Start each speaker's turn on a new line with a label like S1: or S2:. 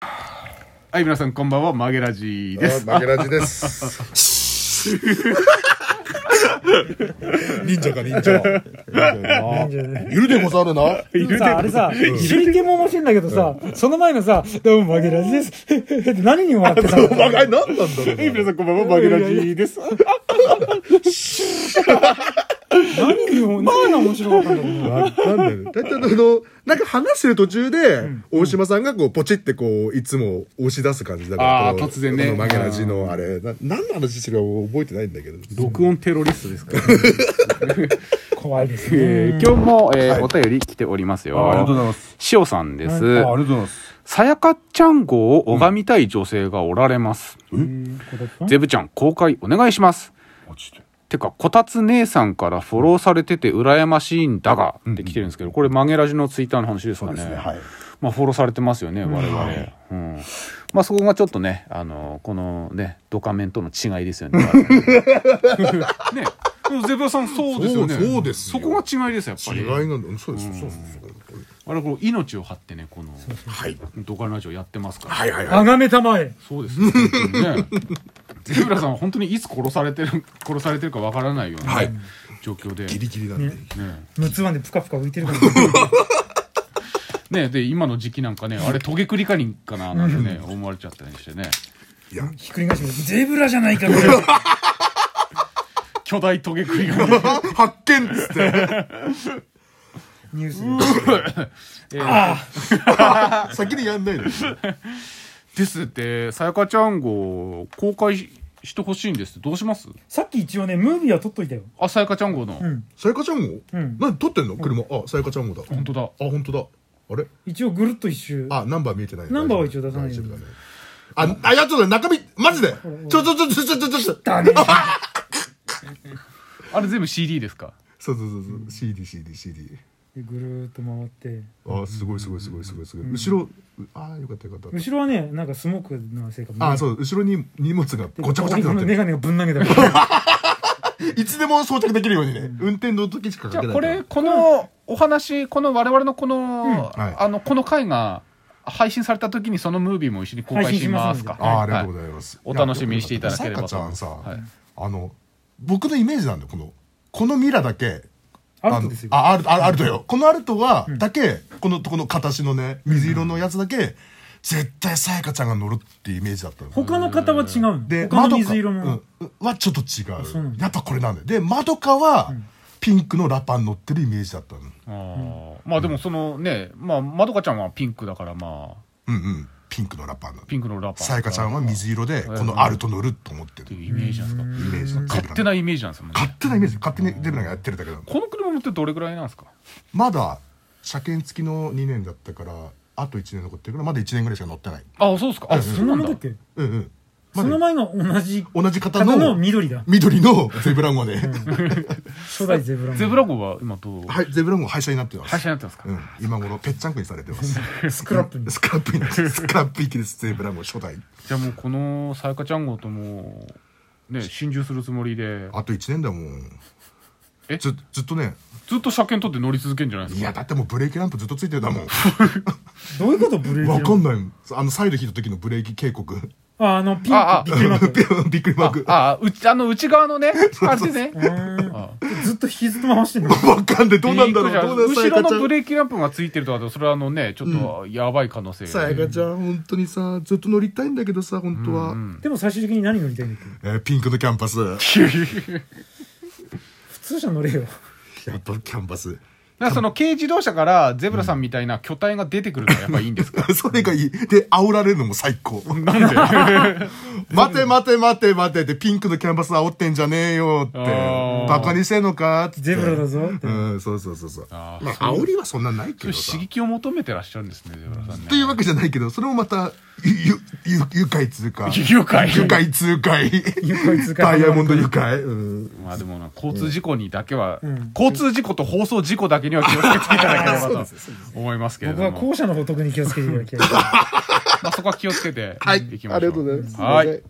S1: はい、皆さんこんばんは、マゲラジ
S2: あ
S1: です。
S2: 負けラジです。 忍者か忍者。いるでござるな。
S3: でもさ、あれさ、手裏剣も面白いんだけどさ、その前のさ、どうも、マゲラジです。って何に笑ってたの
S2: お前何なんだろ
S1: はい、皆さんこんばんは、マゲラジです。
S3: 何にも、何が面白かったんだろう
S2: う。わかんない。だいたいあの、なんか話してる途中で、大島さんがこう、ポチってこう、いつも押し出す感じだから。
S1: あー
S2: こう
S1: 突然ね
S2: この負けラジのあれ、な何の話してるか覚えてないんだけど。
S1: 録音テロリストですから、
S3: 怖いですね。
S1: えー今日も、えーお便り来ておりますよ。
S4: あありがとうございます。
S1: 塩さんです。
S4: あありがとうございます。
S1: さやかちゃん号を拝みたい女性がおられます。ゼブちゃん、公開お願いします。
S4: あちょっと
S1: てか、こたつ姉さんからフォローされてて羨ましいんだが、って来てるんですけど、これマゲラジのツイッターの話ですかね。
S4: ですねはい
S1: まあ、フォローされてますよね、我々。うん。まあ、そこがちょっとね、あの、このね、ドカメンとの違いです よね。我々ね。でもゼブラさん、そうですよね。
S2: そうそうです
S1: そ
S2: よ
S1: こが違いですよ、やっぱ
S2: 違
S1: り。
S2: いなんだ。そうです。そうそうそう。
S1: あれ、こう、命を張ってね、この、
S2: はい。
S1: ドカラジオやってますから。
S2: はいはいはい。
S3: あがめたまえ。
S1: そうですね。本当にね ゼブラさんは本当にいつ殺されてる、殺されてるかわからないようなね、
S2: はい
S1: 状況で。
S2: ギリギリなんで。
S3: 六つまでぷかぷか浮いてるから。
S1: ね、で、今の時期なんかね、あれトゲクリカニかな、なんてね、思われちゃったりしてね。
S2: いや、
S3: ひっくり返しても、ゼブラじゃないか、これ。
S1: 巨大トゲクリカニ。
S2: 発見っつって。
S3: ニュースで。あ
S2: 先にやんないの。
S1: ですって、さやかちゃん号公開ししてほしいんですってどうします
S3: さっき一応ね、ムービーは撮っといたよ。
S1: あ、さやかちゃん号の。
S3: ん
S2: さやかちゃん号
S3: うん
S2: 何撮ってんの車。あ、さやかちゃん号だ。
S1: 本当だ。
S2: あ、本当だ。あれ
S3: 一応ぐるっと一周。
S2: あ、ナンバー見えてない。
S3: ナンバーは一応出さない
S2: 大丈夫だね。あ、あ、いや、ちょっと中身、マジでちょ、ちょ、ちょ、ちょ、ちょ、ちょ、ちょ、
S3: だね。
S1: あれ全部 CD ですか
S2: そうそうそうそう、CD、CD、CD。
S3: でぐるーっと回って。
S2: あ、すごいすごいすごいすごいすごい。後ろ、あ、よかったよかった。
S3: 後ろはね、なんかスモークのせいかも。
S2: あ、そう、後ろに荷物が
S3: で
S2: ごちゃごちゃってなって
S3: メ
S2: る。
S3: ガネがぶん投げたから。
S2: いつでも装着できるようにね、運転の時しか
S1: じ
S2: か
S1: ゃあ
S2: けない。
S1: これ、、このお話、この我々のこの、
S2: はい
S1: あの、この回が配信された時にそのムービーも一緒に公開しますか。
S3: 配信しますんで
S2: あ、ありがとうご
S1: は
S2: ざいます。
S1: お楽しみにしていただければと
S2: さやかちゃん
S1: は
S2: さ
S1: い、
S2: あの、僕のイメージなんだよ、この、このミラだけ、
S3: アルトですよ。
S2: あ、ある、ああるとよ。このアルトは、だけ、この、この形のね、水色のやつだけ、絶対さやかちゃんが乗るってイメージだったの。
S3: 他の方は違うの。
S2: で、
S3: 他
S2: マ
S3: の
S2: ドカ
S3: 水色も。
S2: うんはちょっと違
S3: そうなん
S2: う。やっぱこれなんだよ。で、マドカは、ピンクのラパン乗ってるイメージだったの。
S1: あーまあでもそのね、まあ、まどかちゃんはピンクだからまあ、
S2: うんうん。ピンクのラパンの。
S1: ピンクのラッパー。
S2: さやかちゃんは水色で、
S1: うん
S2: このアルト乗ると思って
S1: って
S2: る。
S1: いうイメージなんですか。
S2: イメージだ
S1: 勝手なイメージなんですもんね。
S2: 勝手なイメージ。勝手にデブラがやってるだけだ
S1: この車乗ってどれぐらいなんですか
S2: まだ、車検付きの2年だったから、あと1年残ってるから、まだ1年ぐらいしか乗ってない。
S1: あ、そうですか。あ、そ
S3: そう
S1: な
S3: の
S1: ん
S3: ま
S1: だ
S3: まだっ。け
S2: うんうん。ま
S3: そ
S2: だ
S3: の前が同じ
S2: 同じ方
S3: 方の
S2: の
S3: 緑だ。
S2: 緑のゼブラ号で、
S3: 初代ゼブラも。
S1: ゼブラ号は今どう
S2: はい、ゼブラ号廃車になってます。
S1: 廃車になってますか
S2: うん、今頃ぺっちゃんこにされてます。
S3: スクラップに。
S2: スクラップになってますスクラップ行きですゼブラ号初代。
S1: じゃあもうこのさやかちゃん号ともう、ね、心中するつもりで、
S2: あと一年だもん。
S1: え
S2: ずずっとね、
S1: ずっと車検取って乗り続けるんじゃないで
S2: い
S1: す
S2: や
S1: か
S2: だってもうブレーキランプずっとついてるだもん。
S3: どういうことブレーキ
S2: わ
S3: ラン
S2: か
S3: プ
S2: んないもん。あのサイド引いた時のブレーキ警告。
S3: あ、あの、ピン
S1: ああ
S3: ク、ビックリマーク。
S2: びっくりマーク。
S1: ああ、うち、あの、内側の ね、あれでね。
S3: うーんずっと引きずっと回してんの。
S2: わかんないどうなんだろ
S1: びっくりした
S2: う。どうなんだ
S1: 後ろのブ
S2: レ
S1: レ
S2: ー
S1: ーキランプがついてるとかだと、それはあのね、ちょっとやばい可能性
S2: キ。さやかちゃん本当にさずっと乗りたいんだけどさ本当は。
S3: でも最終的に何乗りたいんだっけ
S2: えーピンクのキャンパス。
S3: 普通車乗れよ。
S2: やっぱキャンパス。
S1: なんかその軽自動車からゼブラさんみたいな巨体が出てくるのはやっぱいいんですか
S2: それがいい。で、煽られるのも最高。
S1: なんで
S2: 待て待て待て待てって、ピンクのキャンバス煽ってんじゃねえよって
S1: あー。
S2: バカにしてんのかって。
S3: ゼブラだぞって
S2: うん、そうそうそうそう。ま
S1: あ
S2: あ
S1: ー、
S2: 煽りはそんなないけ
S1: そうい
S2: ど
S1: う
S2: さ
S1: 刺。激を求めてらっしゃるんですね、ゼブラさ んね。
S2: というわけじゃないけど、それもまた、ゆ、ゆ、ゆ愉快つ うか。
S1: 愉快
S2: 愉快つうかい。
S3: 愉快通過
S2: ダイヤモンド愉快。うん。
S1: まあでもな交通事故にだけは、
S3: ん
S1: 交通事故と放送事故だけには気をつけていただけ ればと思いますけれ
S3: 僕
S1: ど
S3: は
S1: も、
S3: 後者の方特に気をつけていただきたい。
S1: まあ、そこは気をつけて
S2: はい。あ
S1: い
S2: り
S1: きましょう。
S2: がとうございます。
S1: はい。